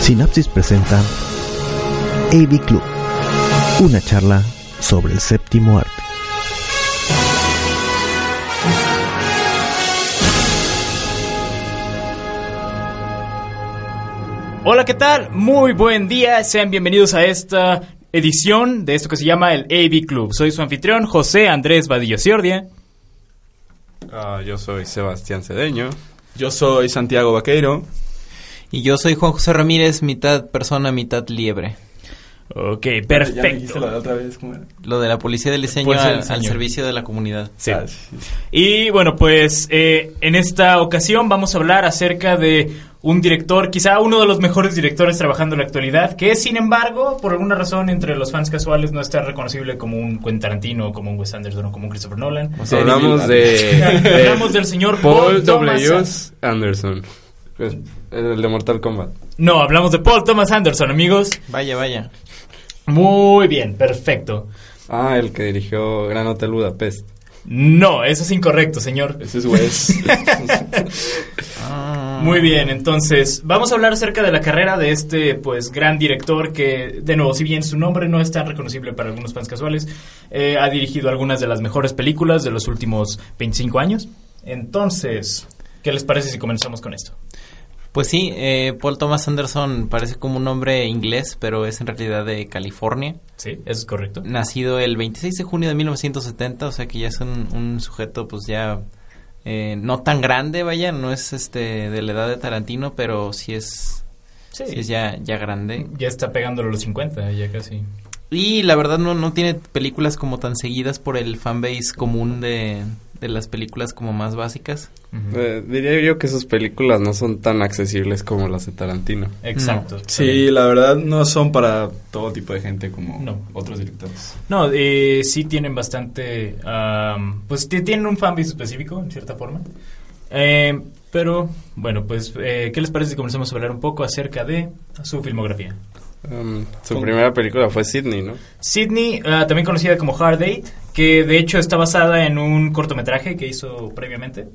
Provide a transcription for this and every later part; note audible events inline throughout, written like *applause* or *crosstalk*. Sinapsis presenta AV Club, una charla sobre el séptimo arte. Hola, ¿qué tal? Muy buen día, sean bienvenidos a esta edición de esto que se llama el AV Club. Soy su anfitrión, José Andrés Vadillo Ciordia. Ah, yo soy Sebastián Cedeño. Yo soy Santiago Vaqueiro. Y yo soy Juan José Ramírez, mitad persona, mitad liebre. Ok, Ya me dijiste perfecto. la de otra vez, ¿cómo era? Lo de la policía del diseño, Policía del al, diseño. al servicio de la comunidad. Sí. Ah, sí, sí. Y bueno, pues eh, en esta ocasión vamos a hablar acerca de un director, quizá uno de los mejores directores trabajando en la actualidad, que sin embargo, por alguna razón, entre los fans casuales no está reconocible como un Quentin Tarantino, o como un Wes Anderson, o como un Christopher Nolan. O sea, Hablamos de, de Hablamos del señor Paul Paul Thomas W. Anderson. Es- El de Mortal Kombat. No, hablamos de Paul Thomas Anderson, amigos. Vaya, vaya. Muy bien, perfecto. Ah, el que dirigió Gran Hotel Budapest. No, eso es incorrecto, señor. Ese es Wes. Ah. Muy bien, entonces vamos a hablar acerca de la carrera de este pues gran director que, de nuevo, si bien su nombre no es tan reconocible para algunos fans casuales, eh, ha dirigido algunas de las mejores películas de los últimos 25 años. Entonces, ¿qué les parece si comenzamos con esto? Pues sí, eh, Paul Thomas Anderson parece como un nombre inglés, pero es en realidad de California. Sí, eso es correcto. Nacido el 26 de junio de 1970, o sea que ya es un, un sujeto pues ya eh, no tan grande, vaya, no es este de la edad de Tarantino, pero sí es, Sí, sí es ya, ya grande. ya está pegándolo a los 50, ya casi. Y la verdad no, no tiene películas como tan seguidas por el fanbase común de, de las películas como más básicas. Ujú. *laughs* Eh, diría yo que sus películas no son tan accesibles como las de Tarantino. Exacto. sí, la verdad no son para todo tipo de gente como No. otros directores. No, eh, sí tienen bastante, am, pues ti- tienen un fanbase específico, en cierta forma. Eh, pero, bueno, pues, eh, ¿qué les parece si comenzamos a hablar un poco acerca de su filmografía? Um, su Con- primera película fue Sydney, ¿no? Sydney, ah, también conocida como Hard Date, que de hecho está basada en un cortometraje que hizo previamente.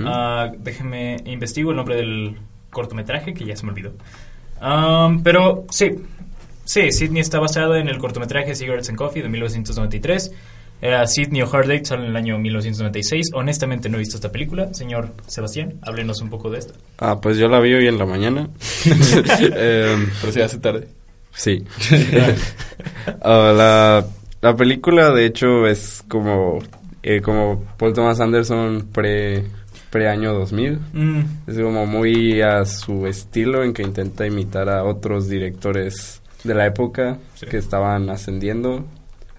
Ah, déjenme investigo el nombre del cortometraje, que ya se me olvidó. Am, pero sí, sí, Sydney está basada en el cortometraje Cigarettes and Coffee de 1993. Eh, Sydney o Hard Date sale en el año 1996. Honestamente no he visto esta película. Señor Sebastián, háblenos un poco de *laughs* esto. Ah, pues yo la vi hoy en la mañana. Em, Pero se hace tarde. Sí. Ah, la, la película, de hecho, es como, eh, como Paul Thomas Anderson pre, pre año 2000. Mm, Es como muy a su estilo en que intenta imitar a otros directores de la época Sí. que estaban ascendiendo.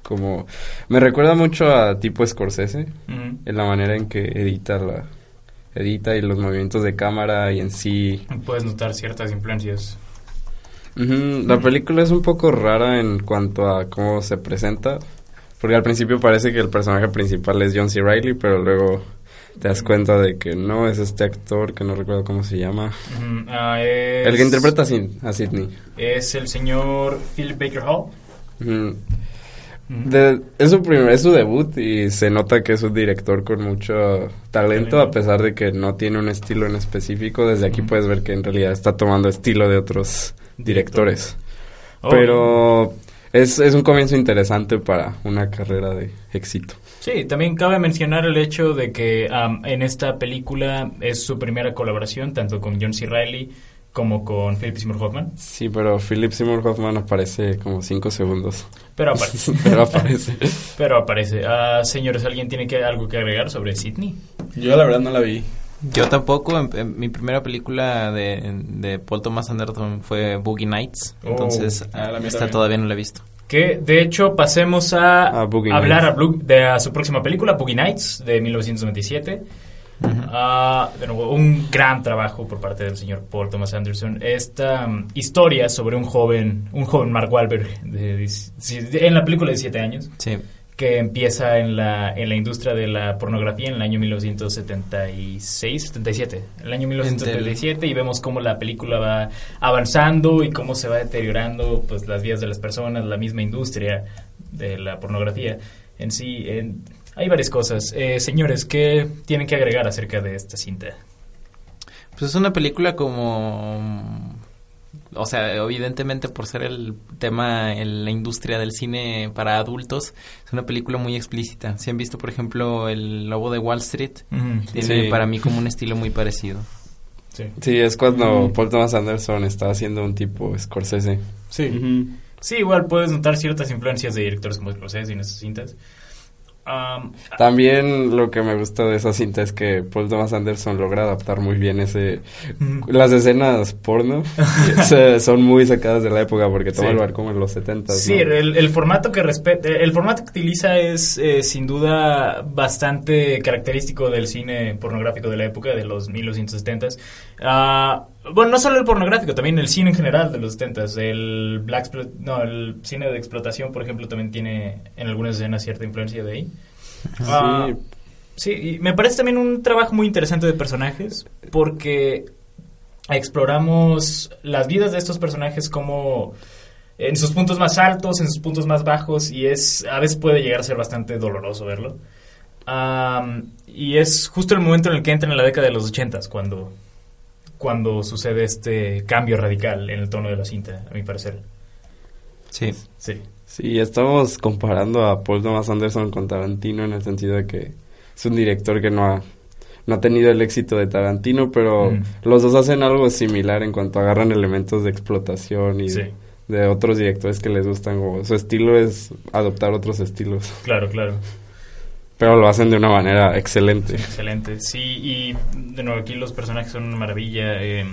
Como me recuerda mucho a tipo Scorsese mm. en la manera en que edita la edita y los movimientos de cámara y en sí Puedes notar ciertas influencias. Ujú, La película es un poco rara en cuanto a cómo se presenta, porque al principio parece que el personaje principal es John C. Reilly, pero luego te das cuenta de que no es este actor que no recuerdo cómo se llama. Ujú, ah, es- El que interpreta a, Sin- a Sidney. es el señor Phil Baker Hall. Ujú. De- es, su primer, es su debut y se nota que es un director con mucho talento, a pesar de que no tiene un estilo en específico. Desde aquí puedes ver que en realidad está tomando estilo de otros directores. Oh. Pero es, es un comienzo interesante para una carrera de éxito. Sí, también cabe mencionar el hecho de que am, en esta película es su primera colaboración tanto con John C. Reilly como con Philip Seymour Hoffman, Sí, pero Philip Seymour Hoffman aparece como cinco segundos. pero aparece. *laughs* pero aparece. *laughs* pero aparece. Ah, señores, ¿alguien tiene que, algo que agregar sobre Sidney? Yo la verdad no la vi. Yo tampoco, en- en mi primera película de, de Paul Thomas Anderson fue Boogie Nights, Oh. entonces Ah, la mía esta también. todavía no la he visto. Que de hecho pasemos a A Boogie hablar Nights. a Blue- de a su próxima película, Boogie Nights, de 1997. Ah, de nuevo, un gran trabajo por parte del señor Paul Thomas Anderson. Esta mm, historia sobre un joven, un joven Mark Wahlberg, de, 10 en la película de 17 años, Sí, que empieza en la, en la industria de la pornografía en el año 1976, 77. El año 1977 y vemos cómo la película va avanzando y cómo se va deteriorando pues las vidas de las personas, la misma industria de la pornografía en sí. En, Hay varias cosas. Eh, señores, ¿qué tienen que agregar acerca de esta cinta? Pues es una película como... mm, O sea, evidentemente por ser el tema en la industria del cine para adultos, es una película muy explícita. Si han visto, por ejemplo, El Lobo de Wall Street, Ujú. tiene Sí. para mí como un estilo muy parecido. Sí. Sí, es cuando Paul Thomas Anderson está haciendo un tipo Scorsese. Sí. Sí, igual puedes notar ciertas influencias de directores como Scorsese en esas cintas. Am, También lo que me gusta de esa cinta es que Paul Thomas Anderson logra adaptar muy bien ese... ujú. Las *laughs* escenas porno *laughs* se- son muy sacadas de la época porque toma Sí. lugar como en los 70. Sí, el, el formato que respeta, el formato que utiliza es eh, sin duda bastante característico del cine pornográfico de la época de los 1970s. Ah, bueno, no solo el pornográfico, también el cine en general de los 70s, el black explo- no, el cine de explotación, por ejemplo, también tiene en algunas escenas cierta influencia de ahí. Ah, Sí. Sí, y me parece también un trabajo muy interesante de personajes, porque exploramos las vidas de estos personajes como en sus puntos más altos, en sus puntos más bajos, y es a veces puede llegar a ser bastante doloroso verlo. Am, y es justo el momento en el que entra en la década de los ochentas, cuando, cuando sucede este cambio radical en el tono de la cinta, a mi parecer. Sí. Sí. Sí, estamos comparando a Paul Thomas Anderson con Tarantino en el sentido de que es un director que no ha, no ha tenido el éxito de Tarantino, pero Mm. los dos hacen algo similar en cuanto agarran elementos de explotación y Sí. de otros directores que les gustan. como su estilo es adoptar otros estilos, Claro, claro. pero lo hacen de una manera excelente. Excelente, sí, y de nuevo aquí los personajes son una maravilla. eh,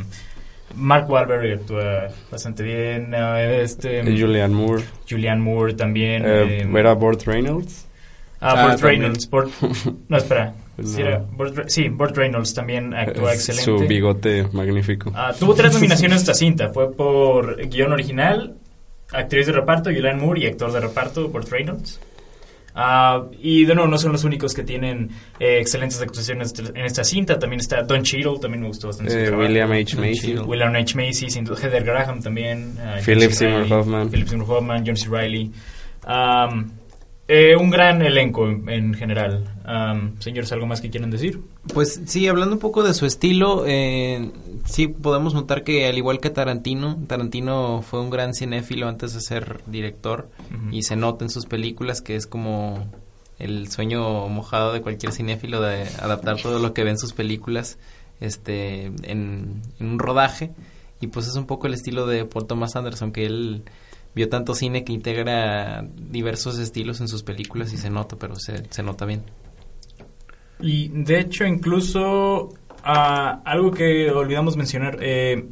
Mark Wahlberg actúa bastante bien, eh, este, Eh, Julianne Moore, Julianne Moore también. eh, eh, Vera Burt Reynolds. ah, Ah, Burt también. Reynolds. Burt- no, espera. Sí, No. era Burt Re- sí, Burt Reynolds también actúa *laughs* Es excelente. Su bigote magnífico. Ah, tuvo tres nominaciones esta cinta, fue por guión original, actriz de reparto, Julianne Moore, y actor de reparto, Burt Reynolds. Ah, y de nuevo, no son los únicos que tienen eh, excelentes actuaciones en esta cinta. También está Don Cheadle, también me gustó bastante. su Eh, trabajo. William H. Macy. Chido. William H. Macy, sin duda, Heather Graham también. ah, John Philip C. Seymour Reilly, Hoffman. Philip Seymour Hoffman, John C. Reilly. Am, eh, un gran elenco en, en general. Am, señores, ¿algo más que quieran decir? Pues sí, hablando un poco de su estilo, eh, sí podemos notar que al igual que Tarantino, Tarantino fue un gran cinéfilo antes de ser director Ujú. y se nota en sus películas que es como el sueño mojado de cualquier cinéfilo de adaptar todo lo que ve en sus películas este en, en un rodaje y pues es un poco el estilo de Paul Thomas Anderson que él vio tanto cine que integra diversos estilos en sus películas y se nota, pero se, se nota bien. Y de hecho, incluso ah, algo que olvidamos mencionar. eh,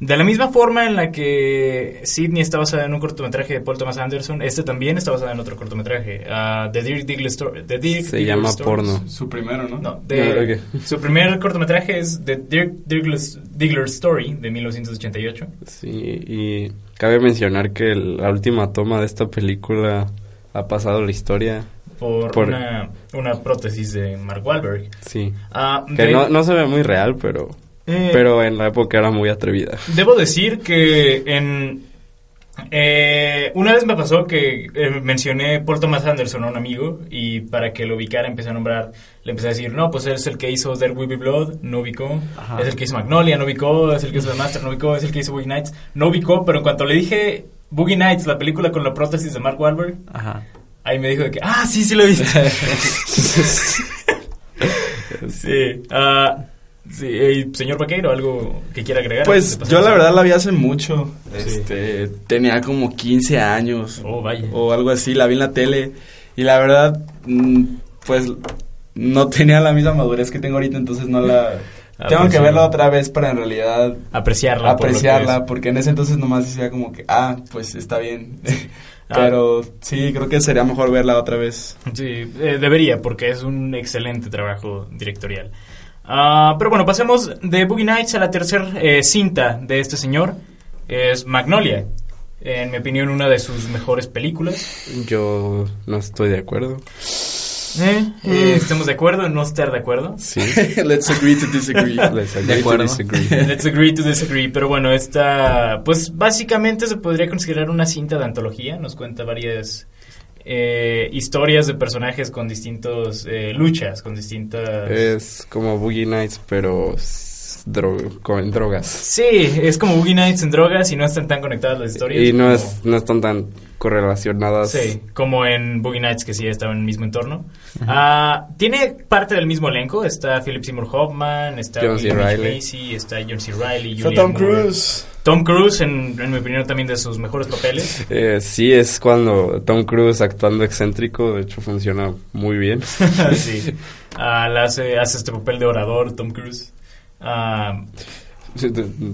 de la misma forma en la que Sydney está basada en un cortometraje de Paul Thomas Anderson, este también está basado en otro cortometraje. ah, The Dirk Diggler Story. The Dirk Se Diggler llama Stories. porno. Su primero, ¿no? No, de- Ah, su primer cortometraje es The Dirk Diggler, Diggler Story de 1988. Sí, y cabe mencionar que el- la última toma de esta película ha pasado la historia. Por, Por- Una, una prótesis de Mark Wahlberg. Sí. Ah, Que de- no, no se ve muy real, pero, eh, pero en la época era muy atrevida. Debo decir que en... eh, una vez me pasó que eh, mencioné Paul Thomas Anderson a un amigo y para que lo ubicara empecé a nombrar, le empecé a decir, no, pues él es el que hizo There Will Be Blood, no ubicó, Ajá. es el que hizo Magnolia, no ubicó, es el que hizo The Master, no ubicó, es el que hizo Boogie Nights, no ubicó, pero en cuanto le dije Boogie Nights, la película con la prótesis de Mark Wahlberg, Ajá. ahí me dijo de que, ah, sí, sí lo he visto. *laughs* sí, ah, sí, eh, señor Vaqueiro, algo que quiera agregar. Pues antes de yo la pasar? verdad la vi hace mucho. Sí. Este, tenía como 15 años Oh, vaya. o algo así, la vi en la tele y la verdad mm, pues no tenía la misma madurez que tengo ahorita, entonces no la Ah, tengo pues que sí. verla otra vez para en realidad apreciarla. por lo que apreciarla, es. porque en ese entonces nomás decía como que ah, pues está *laughs* bien. Ah. Pero sí, creo que sería mejor verla otra vez. Sí, eh, debería, porque es un excelente trabajo directorial. Ah, pero bueno, pasemos de Boogie Nights a la tercera cinta de este señor. Es Magnolia. En mi opinión, una de sus mejores películas. Yo no estoy de acuerdo. Eh, eh, estemos de acuerdo en no estar de acuerdo. Sí. *laughs* Let's agree to disagree. Les agree to *laughs* acuerdo. disagree. Let's agree to disagree. Pero bueno, esta, pues básicamente se podría considerar una cinta de antología. Nos cuenta varias eh, historias de personajes con distintos eh, luchas, con distintas... Es como Boogie Nights, pero s- dro- con drogas. Sí, es como Boogie Nights en drogas y no están tan conectadas las historias. Y no, como- es, no están tan correlacionadas. Sí, como en Boogie Nights, que sí estaba en el mismo entorno. Ah, tiene parte del mismo elenco. Está Philip Seymour Hoffman, está John C. William H. Reilly. Macy, está John C. Reilly, Está Julianne Tom Moore. Cruise. Tom Cruise, en, en mi opinión, también de sus mejores papeles. Eh, sí, es cuando Tom Cruise actuando excéntrico, de hecho funciona muy bien. sí. Ah, la hace, hace este papel de orador, Tom Cruise. Ah,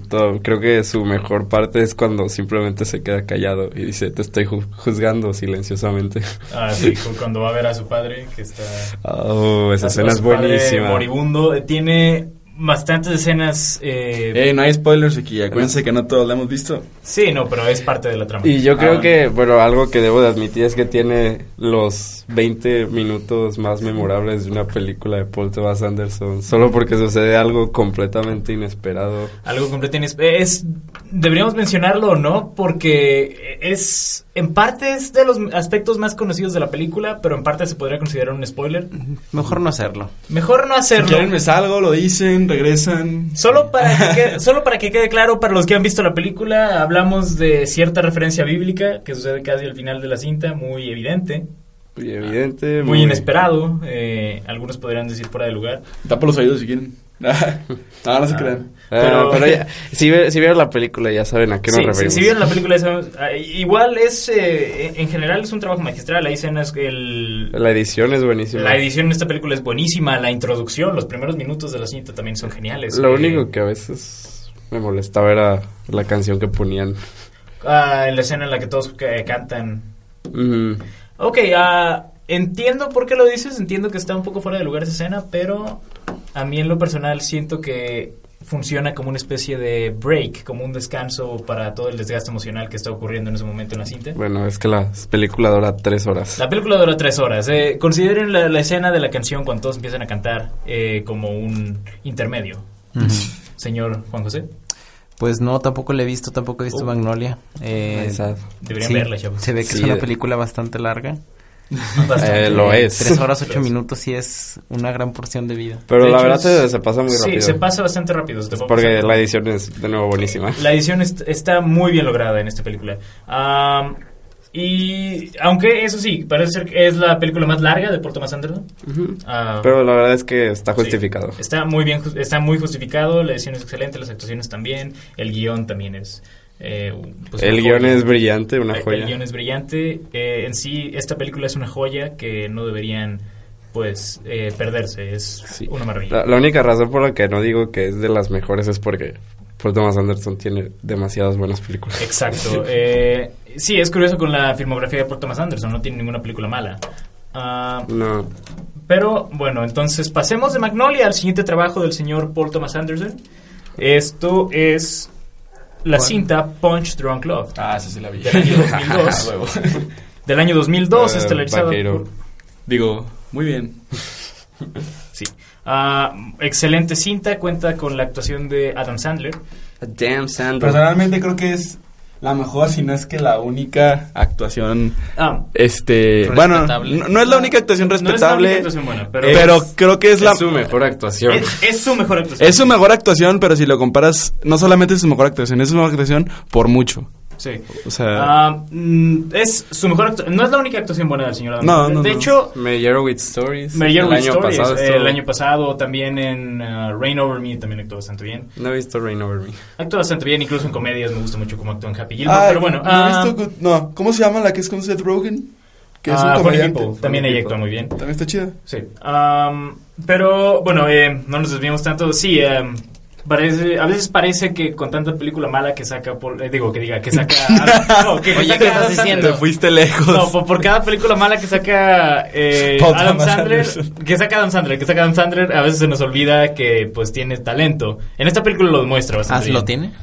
Todo- Creo que su mejor parte es cuando simplemente se queda callado y dice, te estoy ju- juzgando silenciosamente. *laughs* ah, sí, cu- cuando va a ver a su padre, que está... Oh, esa a- escena a es su padre buenísima. Moribundo. Eh, Tiene bastantes escenas... eh, Ey, no hay spoilers aquí, acuérdense que no todos la hemos visto. Sí, no, pero es parte de la trama. Y yo Ah, creo bueno. que, bueno, algo que debo de admitir es que tiene los 20 minutos más memorables de una película de Paul Thomas Anderson, solo porque sucede algo completamente inesperado. Algo completamente... inesp- Es, deberíamos mencionarlo o no, porque es... En parte es de los aspectos más conocidos de la película, pero en parte se podría considerar un spoiler. Mejor no hacerlo. Mejor no Si hacerlo. quieren me salgo, lo dicen, regresan. Solo para, que, quede- *laughs* solo para que quede claro para los que han visto la película, hablamos de cierta referencia bíblica que sucede casi al final de la cinta, muy evidente, Muy evidente. muy, inesperado, eh, algunos podrían decir fuera de lugar. Tapa los oídos si quieren. *laughs* Ah, no, no se crean. Ah, Pero- pero ya- si, ve- si vieron la película ya saben a qué nos Sí, sí, referimos. si vieron la película, esa- ah, igual es, eh, en- en general es un trabajo magistral, hay escenas que el... La edición es buenísima. La edición de esta película es buenísima, la introducción, los primeros minutos de la cinta también son geniales. Lo Eh, único que a veces me molestaba era la canción que ponían. ah, la escena en la que todos eh, cantan Mm, Ok, ah, entiendo por qué lo dices, entiendo que está un poco fuera de lugar esa escena, pero a mí en lo personal siento que funciona como una especie de break, como un descanso para todo el desgaste emocional que está ocurriendo en ese momento en la cinta. bueno, es que la película dura tres horas. La película dura tres horas. eh, consideren la, la escena de la canción cuando todos empiezan a cantar eh, como un intermedio. Señor Juan José, Pues no, tampoco la he visto, tampoco he visto Oh. Magnolia. Eh, Esa- deberían sí, verla, chavos. *laughs* Se ve que Sí, es una eh. película bastante larga. Bastante. Eh, lo es. *laughs* Tres horas, ocho Lo es. minutos sí es una gran porción de vida. Pero De la hecho, verdad es- se, se pasa muy rápido. Sí, se pasa bastante rápido. se te puede Porque pasar. la edición es de nuevo buenísima. *laughs* La edición est- está muy bien lograda en esta película. Am, y aunque eso sí, parece ser que es la película más larga de Paul Thomas Anderson. Ah, Pero la verdad es que está sí. justificado. Está muy bien, ju- está muy justificado, la edición es excelente, las actuaciones también, el guión también es... eh, pues, el una guión joya. es brillante, una El- El joya. guión es brillante. Eh, en sí, esta película es una joya que no deberían pues eh, perderse, es Sí. una maravilla. La, la única razón por la que no digo que es de las mejores es porque Paul Thomas Anderson tiene demasiadas buenas películas. Exacto. Eh, sí, es curioso con la filmografía de Paul Thomas Anderson, no tiene ninguna película mala. Ah, No, pero bueno, entonces pasemos de Magnolia al siguiente trabajo del señor Paul Thomas Anderson. Esto es la ¿Cuál? cinta Punch Drunk Love Ah, sí, sí la vi. Del *laughs* año 2002. Ah, huevo. *laughs* del año 2002, Eh, estelarizado vaquero. por- Digo, muy bien. Sí. Ah, excelente cinta, cuenta con la actuación de Adam Sandler. Damn Sandra. Personalmente creo que es la mejor, si no es que la única actuación. Ah, Este. Bueno, Respetable. no, no es la única actuación no es la única respetable. eh, actuación buena, pero, pero creo que es, Es la. su mejor actuación. es, es su mejor actuación. Es su mejor actuación, pero si lo comparas, no solamente es su mejor actuación, es su mejor actuación por mucho. Sí. O sea, Ah, mm, es su mejor actu- No es la única actuación buena del señor Adam No, Sandler. no, De no. hecho, Mayor with Stories. Mayor el With año Stories, pasado eh, estuvo- el año pasado también en ah, Rain Over Me también actuó bastante bien. No he visto Rain Over Me. Actúa bastante bien, incluso en comedias me gusta mucho cómo actúa en Happy Gilmore, ah, pero bueno. ¿no ah, has visto Good- no, ¿cómo se llama la que es con Seth Rogen? Que es ah, un Funny comediante. People, también Funny ella People. actúa muy bien. También está chida. Sí. Am, pero bueno, eh, no nos desviamos tanto. Sí, em, parece, a veces parece que con tanta película mala que saca, por, eh, digo que diga, que *laughs* saca. no, que, que Oye, saca ¿qué estás Adam Sandler. diciendo? Te fuiste lejos. No, pues, por, por cada película mala que saca eh, Paul Adam Thomas Sandler, Anderson. que saca Adam Sandler, que saca Adam Sandler, a veces se nos olvida que pues tiene talento. En esta película lo demuestra Ah, bastante. ¿sí ¿lo bien. tiene?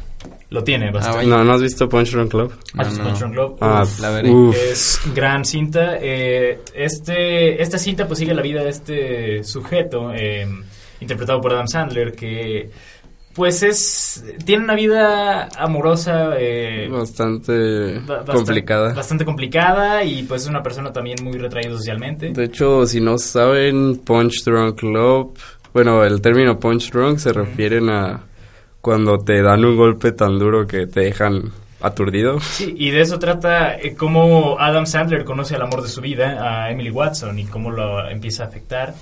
Lo tiene bastante. Ah, No, ¿no has visto Punch Run Club? vaya. Punch No, Punch no. Drunk Love, Ah, uf, la veré. uf. es gran cinta. Eh, este, esta cinta pues sigue la vida de este sujeto eh, interpretado por Adam Sandler que pues es, tiene una vida amorosa eh, Bastante ba- bastan- complicada. Bastante complicada y pues es una persona también muy retraída socialmente. De hecho, si no saben, punch drunk love, bueno, el término punch drunk se refieren a cuando te dan un golpe tan duro que te dejan aturdido. Sí, y de eso trata eh, cómo Adam Sandler conoce al amor de su vida, a Emily Watson, y cómo lo empieza a afectar.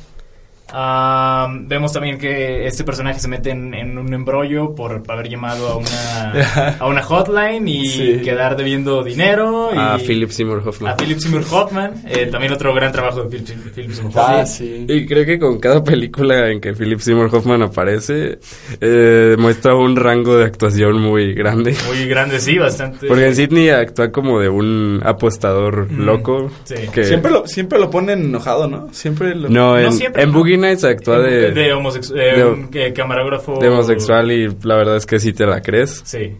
Ah, vemos también que este personaje se mete en, en un embrollo por haber llamado a *laughs* una, a una hotline y Sí. quedar debiendo dinero. Y A Philip Seymour a Hoffman. Philip Seymour Hoffman, eh, también otro gran trabajo de Philip, Philip- Philip Seymour Hoffman. Ah, sí. Y creo que con cada película en que Philip Seymour Hoffman aparece, eh, muestra un rango de actuación muy grande. Muy grande, sí, bastante. Porque en Sydney actúa como de un apostador Mm, loco. sí. que- Siempre lo, siempre lo ponen enojado, ¿no? Siempre lo... No, en, siempre, en ¿no? Boogie Nights actúa de, de homosex- eh, de- un, eh, camarógrafo. de homosexual y la verdad es que sí te la crees. Sí.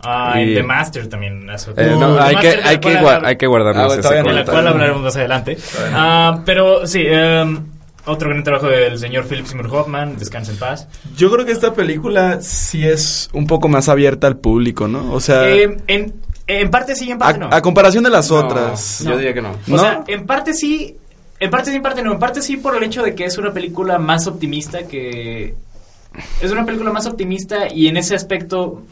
Ah, Y- y The Master también. hace otro- Eh, no, The hay, que, Master de hay, la que cual gua- habla- hay que guardarnos Ah, bueno, ese todavía no. de la comentario. cual hablaremos más adelante. Ah, pero sí, em, otro gran trabajo del señor Philip Seymour Hoffman, Descansa en paz. Yo creo que esta película sí es un poco más abierta al público, ¿no? O sea, Em, en, en parte sí, en a, parte no. a comparación de las No, otras. Yo diría que no. O ¿no? sea, en parte sí, en parte sí, en parte no. En parte sí por el hecho de que es una película más optimista que... Es una película más optimista y en ese aspecto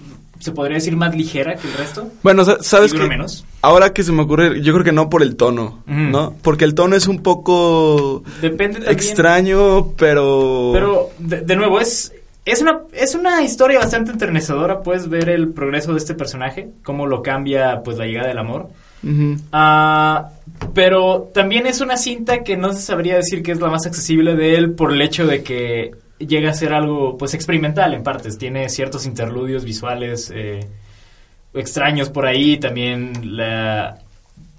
se podría decir más ligera que el resto. Bueno, sa- ¿sabes y dura qué? menos. Ahora que se me ocurre, yo creo que no por el tono, Ujú. ¿no? Porque el tono es un poco Depende también... extraño, pero... Pero, de, de nuevo, es, es, una, es una historia bastante enternecedora. Puedes ver el progreso de este personaje, cómo lo cambia pues la llegada del amor. Ujú. Ah, pero también es una cinta que no se sabría decir que es la más accesible de él por el hecho de que llega a ser algo pues experimental en partes. Tiene ciertos interludios visuales eh, extraños por ahí, también la...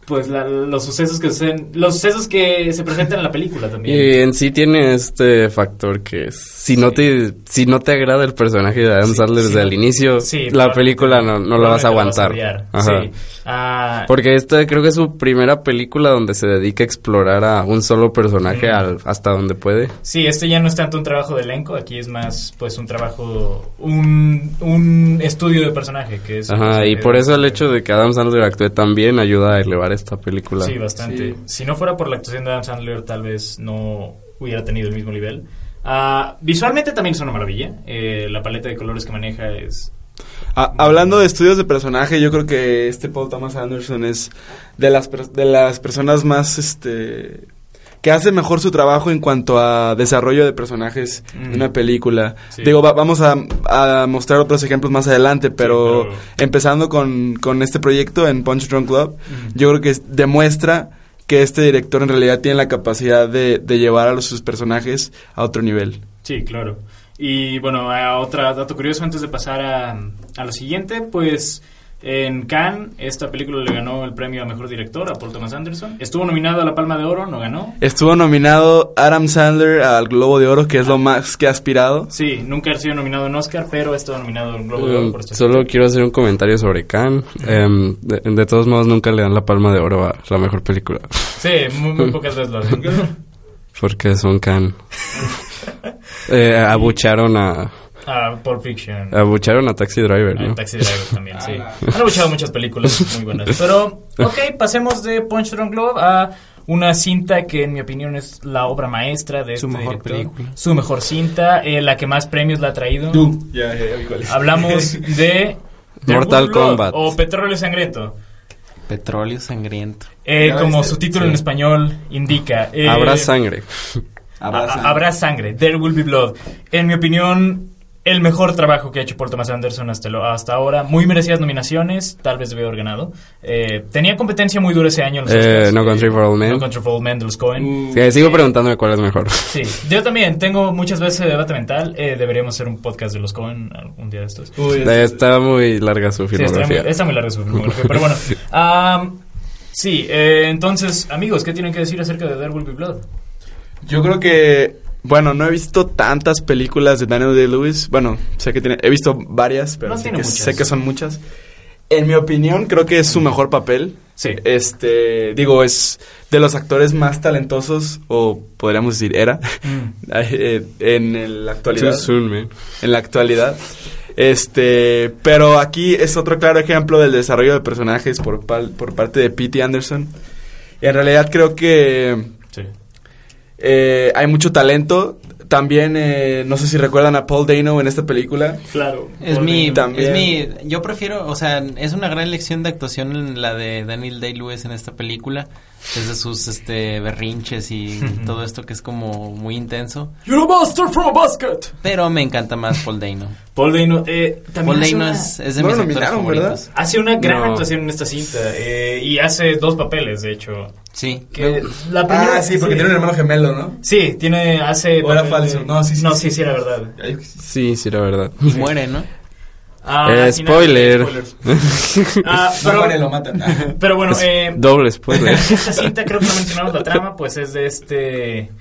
Pues la- los sucesos que suceden, los sucesos que se presentan en la película también. Y en sí tiene este factor que es, si no Sí. te si no te agrada el personaje de Adam Sí, Sandler sí, desde el no- inicio, sí, la probablemente película no, no la vas a Probablemente aguantar. odiar, Ajá. sí. Ah, Porque esta creo que es su primera película donde se dedica a explorar a un solo personaje Mm. al, hasta donde puede. sí, este ya no es tanto un trabajo de elenco, aquí es más pues un trabajo, un, un estudio de personaje que es... Ajá, y por eso el hecho de que Adam Sandler actúe tan bien ayuda a elevar esta película. Sí, bastante. Sí. Si no fuera por la actuación de Adam Sandler tal vez no hubiera tenido el mismo nivel. Ah, visualmente también es una maravilla, eh, la paleta de colores que maneja es... A- Ah, hablando de estudios de personaje, yo creo que este Paul Thomas Anderson es de las, per- de las personas más, este, que hace mejor su trabajo en cuanto a desarrollo de personajes Mm. en una película. Sí. Digo, va- vamos a, a mostrar otros ejemplos más adelante, pero, pero- empezando con, con este proyecto en Punch Drunk Club, Ujú. yo creo que es- demuestra que este director en realidad tiene la capacidad de, de llevar a los- sus personajes a otro nivel. Sí, claro. Y bueno, a otro dato curioso antes de pasar a, a lo siguiente, pues en Cannes esta película le ganó el premio a Mejor Director a Paul Thomas Anderson. Estuvo nominado a la Palma de Oro, no ganó. Estuvo nominado Adam Sandler al Globo de Oro, que es lo más que ha aspirado. Sí, nunca ha sido nominado en Oscar, pero ha estado nominado en Globo de Oro Um, por este esta Solo quiero hacer un comentario sobre Khan. Em, de, de todos modos, nunca le dan la palma de oro a la mejor película. película. Sí, muy, muy pocas veces lo hacen. Porque *laughs* son Khan. Eh, abucharon a. Ah, Pulp Fiction. Abucharon a Taxi Driver, Ah, ¿no? Taxi Driver también, sí. Han escuchado muchas películas muy *laughs* buenas. Pero, ok, pasemos de Punch Drunk Love a una cinta que, en mi opinión, es la obra maestra de Su este mejor director. película. Su mejor cinta, eh, la que más premios la ha traído. Ya, ya, ya vi cuál es. Hablamos *laughs* de... The Mortal Good Blood, Kombat. O Petróleo Sangriento. Petróleo sangriento. Eh, ¿Ya como viste? su título Sí. en español indica. eh, Habrá sangre. A- a- Ah, Habrá sangre. There will be blood. En mi opinión, el mejor trabajo que ha hecho Paul Thomas Anderson hasta, lo- hasta ahora. Muy merecidas nominaciones. Tal vez debe haber ganado. Eh, tenía competencia muy dura ese año. en los Eh, Oscars. No Mm. Country for Old Men. pues, No Country for Old Men de los Coen. Que sigo preguntándome cuál es mejor. Sí. Yo también tengo muchas veces ese debate mental. Eh, deberíamos hacer un podcast de los Cohen algún día de estos. *laughs* Eh, Está muy larga su Sí, está muy, filmografía. está muy larga su filmografía, pero *laughs* bueno. Am, sí, eh, entonces, amigos, ¿qué tienen que decir acerca de There Will Be Blood? Yo creo que, bueno, no he visto tantas películas de Daniel Day-Lewis. Bueno, sé que tiene, he visto varias, pero No sé, tiene que, muchas. sé que son muchas. En mi opinión, creo que es su mejor papel. Sí. Este, digo, es de los actores más talentosos, o podríamos decir era, *laughs* Mm. eh, en el- la actualidad. Too soon, man. en la actualidad. Este, pero aquí es otro claro ejemplo del desarrollo de personajes por, pal- por parte de Pete Anderson. En realidad creo que Sí. eh, hay mucho talento. También, eh, no sé si recuerdan a Paul Dano en esta película. Claro. Es mi, También. es mi, yo prefiero, o sea, es una gran lección de actuación en la de Daniel Day-Lewis en esta película, desde sus, este, berrinches y todo esto que es como muy intenso, You're a monster from a basket. pero me encanta más Paul Dano. Paul Dano. Eh, también Paul hace Dano una- es, es de No mis lo actores nominaron, ¿verdad? favoritos. Hace una gran No. actuación en esta cinta. eh, y hace dos papeles, de hecho. Sí. Que Ah, la primera, gemelo, ¿no? Sí, tiene, hace... ¿O era papel falso? de- No, sí, sí, No, sí. sí, sí, era verdad. Sí, sí, la verdad. Y muere, ¿no? Ah, Eh, al final- spoiler. *laughs* *laughs* Ah, pero, matan. *laughs* pero bueno, eh, Doble *laughs* spoiler. esta cinta creo que no mencionamos la trama, pues es de este...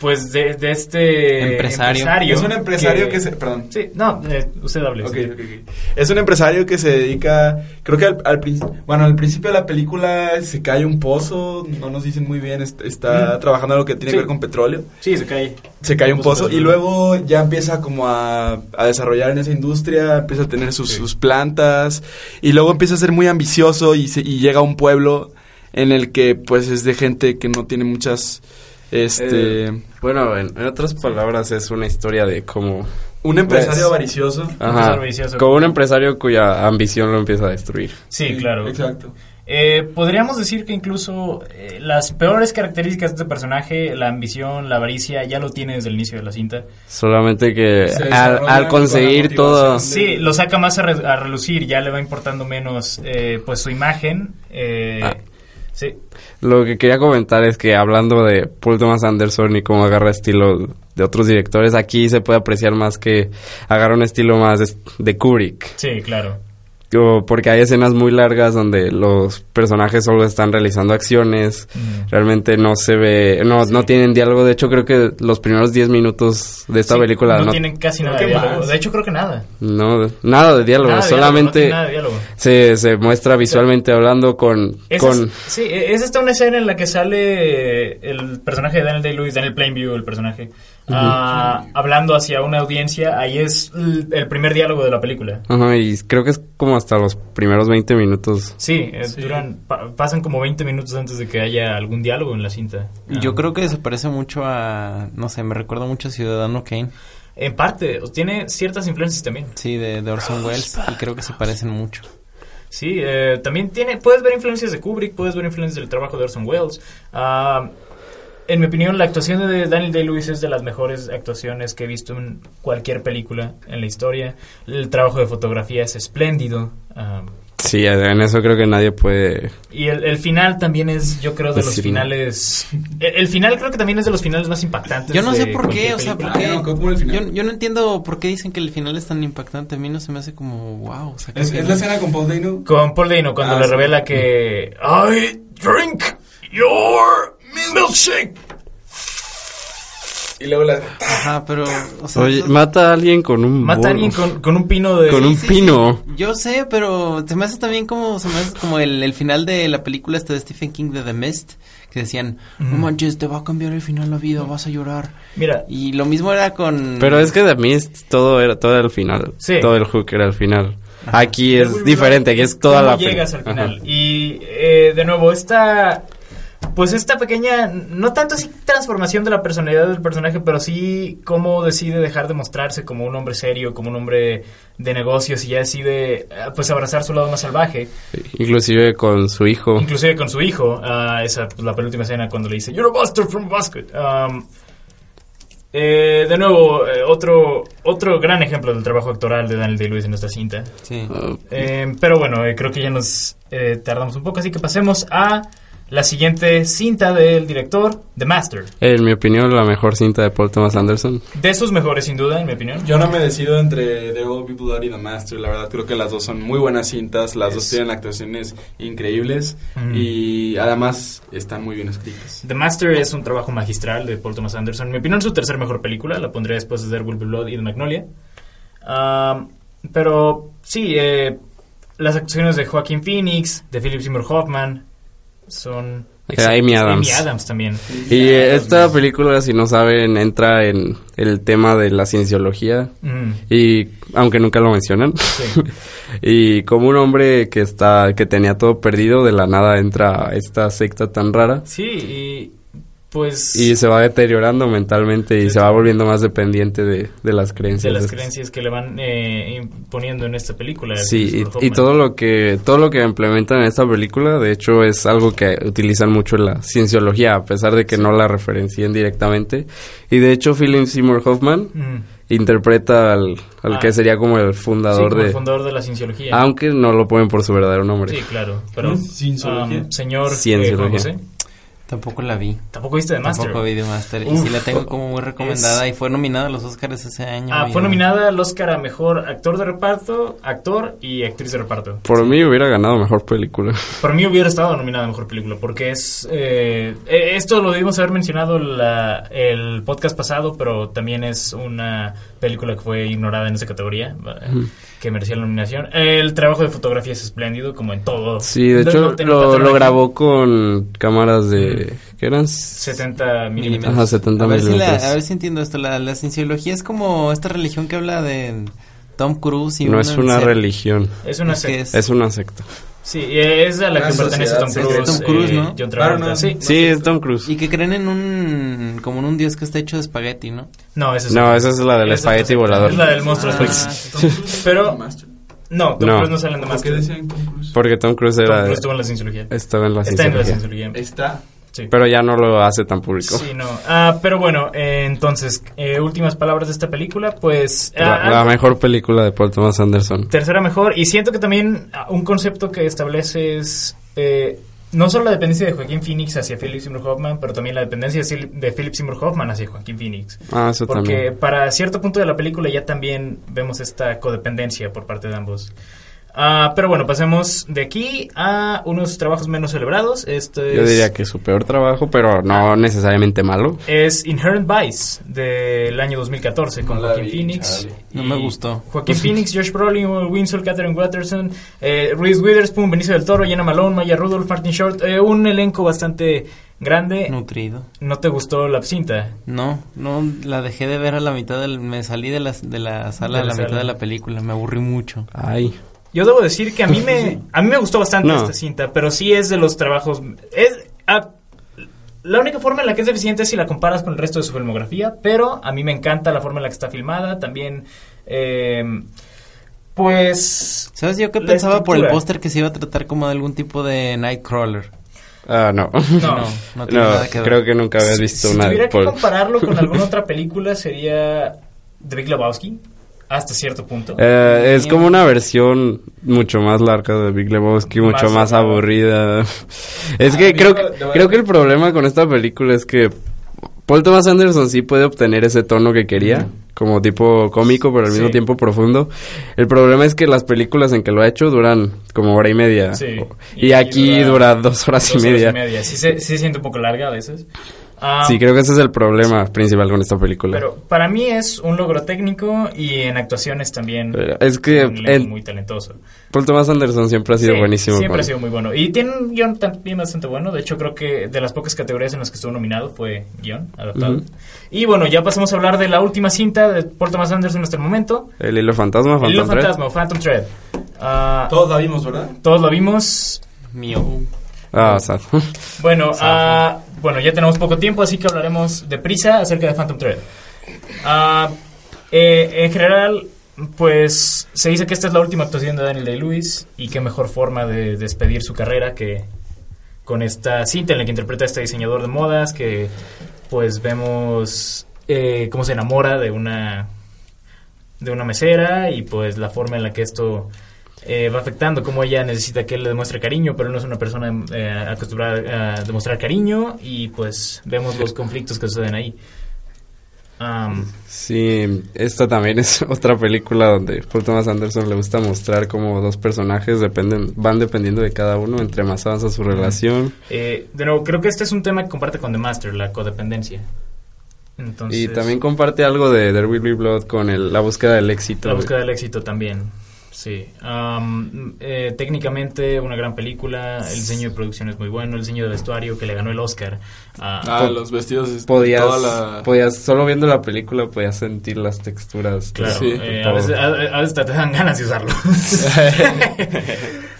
Pues de, de este... Empresario. es un empresario que, se... Perdón. Sí, no, eh, usted hable. Ok, sí. ok, ok. Es un empresario que se dedica, creo que al, al principio, bueno, al principio de la película se cae un pozo, no nos dicen muy bien, est- está Mm. trabajando algo que tiene Sí. que ver con petróleo, Sí, se cae. se cae un Pozo pozo y petrolero. luego ya empieza como a, a desarrollar en esa industria, empieza a tener sus, Sí. sus plantas y luego empieza a ser muy ambicioso y, se- y llega a un pueblo en el que pues es de gente que no tiene muchas, este... Eh, Bueno, en, en otras palabras, es una historia de cómo. un empresario pues, avaricioso. Ajá. ambicioso. Como un empresario cuya ambición lo empieza a destruir. Sí, claro. Exacto. Eh, podríamos decir que incluso eh, las peores características de este personaje, la ambición, la avaricia, ya lo tiene desde el inicio de la cinta. Solamente que Se al, desarrolla al conseguir con la todo. motivación. Sí, lo saca más a, re- a relucir, ya le va importando menos eh, pues su imagen. eh, Ah. Sí, Lo que quería comentar es que hablando de Paul Thomas Anderson y cómo agarra estilo de otros directores, aquí se puede apreciar más que agarra un estilo más es- de Kubrick. sí, claro. O porque hay escenas muy largas donde los personajes solo están realizando acciones. Realmente no se ve, no, no tienen diálogo. De hecho, creo que los primeros 10 minutos de esta Sí, película no, no, tienen casi nada de ¿Qué diálogo. más? De hecho, creo que nada. no- nada de diálogo. Nada de solamente diálogo, no tiene nada de diálogo. se, se muestra visualmente hablando con, Esa es- con sí, e- es esta una escena en la que sale eh, el personaje de Daniel Day-Lewis, Daniel Plainview, el personaje, ah, hablando hacia una audiencia. Ahí es l- el primer diálogo de la película. Ajá, y creo que es como hasta los primeros 20 minutos. Sí, eh, duran- pa- pasan como 20 minutos antes de que haya algún diálogo en la cinta. Ah. Yo creo que se parece mucho a, no sé, me recuerda mucho a Ciudadano Kane, En parte, tiene ciertas influencias también. sí, de, de Orson Welles, y creo que se parecen mucho. Sí, eh, también tiene, puedes ver influencias de Kubrick, puedes ver influencias del trabajo de Orson Welles. Ah, en mi opinión, la actuación de Daniel Day-Lewis es de las mejores actuaciones que he visto en cualquier película en la historia. El trabajo de fotografía es espléndido. ah, Sí, en eso creo que nadie puede. y el, el final también es, yo creo, de los Decirlo. finales... El, el final creo que también es de los finales más impactantes. Yo no sé de por qué, cualquier o sea, película. por qué. Ah, no, ¿cómo el final? Yo, yo no entiendo por qué dicen que el final es tan impactante. A mí no se me hace como, wow. O sea, que Es, es la escena con Paul Dano. Con Paul Dano, cuando Ah, le sí. revela que... I drink your milkshake. Y luego la... Ajá, pero. O sea, Oye, no- mata a alguien con un. Mata bol- a alguien con, con un pino de... con un sí, pino. Yo sé, pero se me hace también como, se me hace como el, el final de la película esta de Stephen King de The Mist. Que decían, no manches, te va a cambiar el final la vida, vas a llorar. Mira, Y lo mismo era con. Pero es que de mí es- todo era todo era el final. Sí. Todo el hook era el final. Aquí Muy, muy es diferente, aquí es toda ¿Cómo la. peli- llegas al final. Ajá. Y eh, de nuevo, esta. Pues esta pequeña, no tanto así transformación de la personalidad del personaje, pero sí cómo decide dejar de mostrarse como un hombre serio, como un hombre de negocios y ya decide eh, pues abrazar su lado más salvaje, Inclusive con su hijo. inclusive con su hijo, ah, esa pues, la penúltima escena cuando le dice You're a bastard from a basket. Um, eh, de nuevo, eh, otro, otro gran ejemplo del trabajo actoral de Daniel Day-Lewis en esta cinta. Sí. Ah, Eh, pero bueno, eh, creo que ya nos eh, tardamos un poco, así que pasemos a la siguiente cinta del director, The Master. en mi opinión, la mejor cinta de Paul Thomas Anderson. De sus mejores, sin duda, en mi opinión. Yo no me decido entre There Will Be Blood y The Master. La verdad, creo que las dos son muy buenas cintas. Las dos tienen actuaciones increíbles. Mm. Y además están muy bien escritas. The Master es un trabajo magistral de Paul Thomas Anderson. En mi opinión, su tercer mejor película. La pondría después de There Will Be Blood y de Magnolia. Am, pero sí, eh, las actuaciones de Joaquín Phoenix, de Philip Seymour Hoffman, son... De Amy Adams. Amy Adams también. Y eh, esta película, si no saben, entra en el tema de la cienciología. Mm, Y aunque nunca lo mencionan. sí. Y como un hombre que está que tenía todo perdido, de la nada entra a esta secta tan rara Sí, y pues... y se va deteriorando mentalmente y Sí. se va volviendo más dependiente de, de las creencias. de las estas. creencias que le van eh, imponiendo en esta película. Sí, Christopher y, y Hoffman. todo lo que todo lo que implementan en esta película, de hecho, es algo que utilizan mucho en la cienciología, a pesar de que no la referencien directamente. Y de hecho, Philip Seymour Hoffman Mm, interpreta al, al Ah. que sería como el sí, fundador como de, Ah, el fundador de la cienciología. aunque no lo ponen por su verdadero nombre. Sí, claro. Pero, ¿Mm? Cienciología. um, señor eh, Cienciología. José, Tampoco la vi. tampoco viste de Master. Tampoco vi The Master. Y Uf. sí la tengo como muy recomendada. Y fue nominada a los Oscars ese año. Ah, y- fue nominada al Oscar a Mejor Actor de Reparto, Actor y Actriz de Reparto. Por mí hubiera ganado mejor película. *laughs* Por mí hubiera estado nominada a Mejor Película, porque es... eh, eh, esto lo debimos haber mencionado la- el podcast pasado, pero también es una película que fue ignorada en esa categoría, eh, que merecía la nominación. El trabajo de fotografía es espléndido, como en todo. Sí, de No- hecho no te- no te lo, atrae lo grabó con cámaras de... ¿Qué eran? 70 milímetros. Ajá, 70 A ver, si la- milímetros. a ver si entiendo esto. La, la cienciología es como esta religión que habla de Tom Cruise y No es una ser- religión, Es una Es que secta. es- es una secta. Sí, es a la Una que pertenece sociedad Tom secreta. Cruise, Tom Cruise, eh, ¿no? John Travolta. Claro, no. Sí. Sí, es Tom Cruise. Y que creen en un... como en un dios que está hecho de espagueti, ¿no? No, esa es No, esa es la del Esa es espagueti otra. volador. Es la del monstruo Ah, espagueti. Tom Cruise. *laughs* Pero, no, Tom No. Cruise no sale en The Este, Master. Tom ¿Por qué decían Tom Cruise? Porque Tom Cruise era... Cruise estuvo en la cienciología. Estaba en la Está en la cienciología. cienciología. Está. Sí. Pero ya no lo hace tan público. Sí, no. Ah, pero bueno, eh, entonces, eh, últimas palabras de esta película, pues... La, ah, la mejor película de Paul Thomas Anderson. Tercera mejor. Y siento que también ah, un concepto que establece es eh, no solo la dependencia de Joaquín Phoenix hacia Philip Seymour Hoffman, pero también la dependencia de Sil- de Philip Seymour Hoffman hacia Joaquín Phoenix. Ah, eso Porque también. para cierto punto de la película ya también vemos esta codependencia por parte de ambos. Ah, pero bueno, pasemos de aquí a unos trabajos menos celebrados. Este Esto es, Yo diría que su peor trabajo, pero Ah. no necesariamente malo. es Inherent Vice del año 2014 con No la Joaquín vi, Phoenix. chale. No y me gustó. Joaquín Phoenix, Josh Brolin, Owen Winsor, Catherine Watterson, eh, Reese Witherspoon, Benicio del Toro, Jenna Malone, Maya Rudolph, Martin Short. eh, un elenco bastante grande. No. Nutrido. te gustó la cinta? No, no, la dejé de ver a la mitad del... Me salí de la, de la sala De a la la mitad sala. de la película. Me aburrí mucho. Ay. Yo debo decir que a mí me, a mí me gustó bastante No. esta cinta, pero sí es de los trabajos... Es, a- la única forma en la que es deficiente es si la comparas con el resto de su filmografía, pero a mí me encanta la forma en la que está filmada, también... eh, pues... ¿Sabes? Yo que La pensaba por el estructura. póster que se iba a tratar como de algún tipo de Nightcrawler. Ah, no. No. No, no *laughs* tiene No, nada que ver. creo que nunca habías visto si una tuviera de que *laughs* Paul. compararlo con alguna otra película sería The Big Lebowski, hasta cierto punto. Eh, es como una versión mucho más larga de Big Lebowski, mucho Más más, larga. *laughs* aburrida. Es que Ah, creo, yo- yo- creo que el problema con esta película es que Paul Thomas Anderson sí puede obtener ese tono que quería, como tipo cómico, pero al Sí. mismo tiempo profundo. El problema es que las películas en que lo ha hecho duran como hora y media. Sí. O- Y, Y aquí dura dura, dos horas Dos y horas media. Sí, se, sí se siente un poco larga a veces. Ah, Sí, creo que ese es el problema principal con esta película. Pero para mí es un logro técnico y en actuaciones también. Pero es que un elenco el- muy talentoso. Paul Thomas Anderson siempre ha sido Sí, buenísimo. Siempre con- ha sido muy bueno. Y tiene un guión también bastante bueno. De hecho, creo que de las pocas categorías en las que estuvo nominado fue guión adaptado. Ujú. Y bueno, ya pasamos a hablar de la última cinta de Paul Thomas Anderson hasta el momento. El hilo fantasma, El hilo Phantom Thread. fantasma, o Phantom Thread. Ah, Todos la vimos, ¿verdad? Todos lo vimos. Mío. Ah, sad. Bueno, ah, bueno, ya tenemos poco tiempo, así que hablaremos deprisa acerca de Phantom Thread. Ah, eh, en general, pues se dice que esta es la última actuación de Daniel Day-Lewis y qué mejor forma de despedir su carrera que con esta cinta en la que interpreta a este diseñador de modas que pues vemos eh, cómo se enamora de una de una mesera y pues la forma en la que esto eh, va afectando, cómo ella necesita que él le demuestre cariño, pero no es una persona eh, acostumbrada a demostrar cariño y pues vemos los conflictos que suceden ahí. Am, *laughs* Sí, esta también es *laughs* otra película donde Paul Thomas Anderson le gusta mostrar cómo dos personajes dependen, van dependiendo de cada uno, entre más avanza su relación. eh, de nuevo, creo que este es un tema que comparte con The Master, la codependencia. Entonces, Y también comparte algo de There Will Be Blood con el- la búsqueda del éxito. la búsqueda del éxito también. Sí. Am, eh, técnicamente, una gran película. El diseño de producción es muy bueno. El diseño de vestuario que le ganó el Oscar. a- Ah, los vestidos. este, Podías, toda la- podías, solo viendo la película podías sentir las texturas. Claro, Sí, eh, todo. a, veces, a- a veces hasta te dan ganas de usarlo.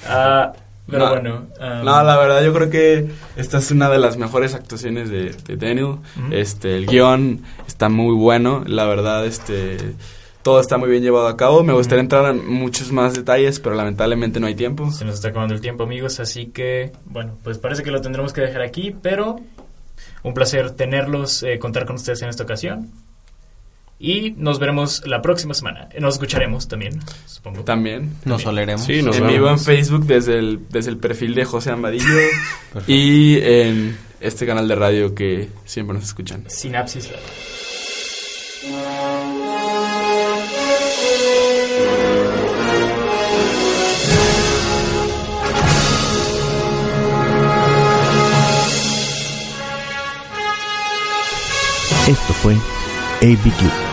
Ah, pero No. bueno. ah, No, la verdad yo creo que esta es una de las mejores actuaciones de, de Daniel. Este, el guión está muy bueno, la verdad, este, todo está muy bien llevado a cabo. Me gustaría entrar en muchos más detalles, pero lamentablemente no hay tiempo. Se nos está acabando el tiempo, amigos, así que, bueno, pues parece que lo tendremos que dejar aquí, pero un placer tenerlos, eh, contar con ustedes en esta ocasión. Y nos veremos la próxima semana. Nos escucharemos también, supongo. También. Nos oleremos. Sí, nos en vemos. vivo en Facebook desde el, desde el perfil de José *laughs* Ambadillo y en este canal de radio que siempre nos escuchan. Sinapsis Live. Esto fue AV Club.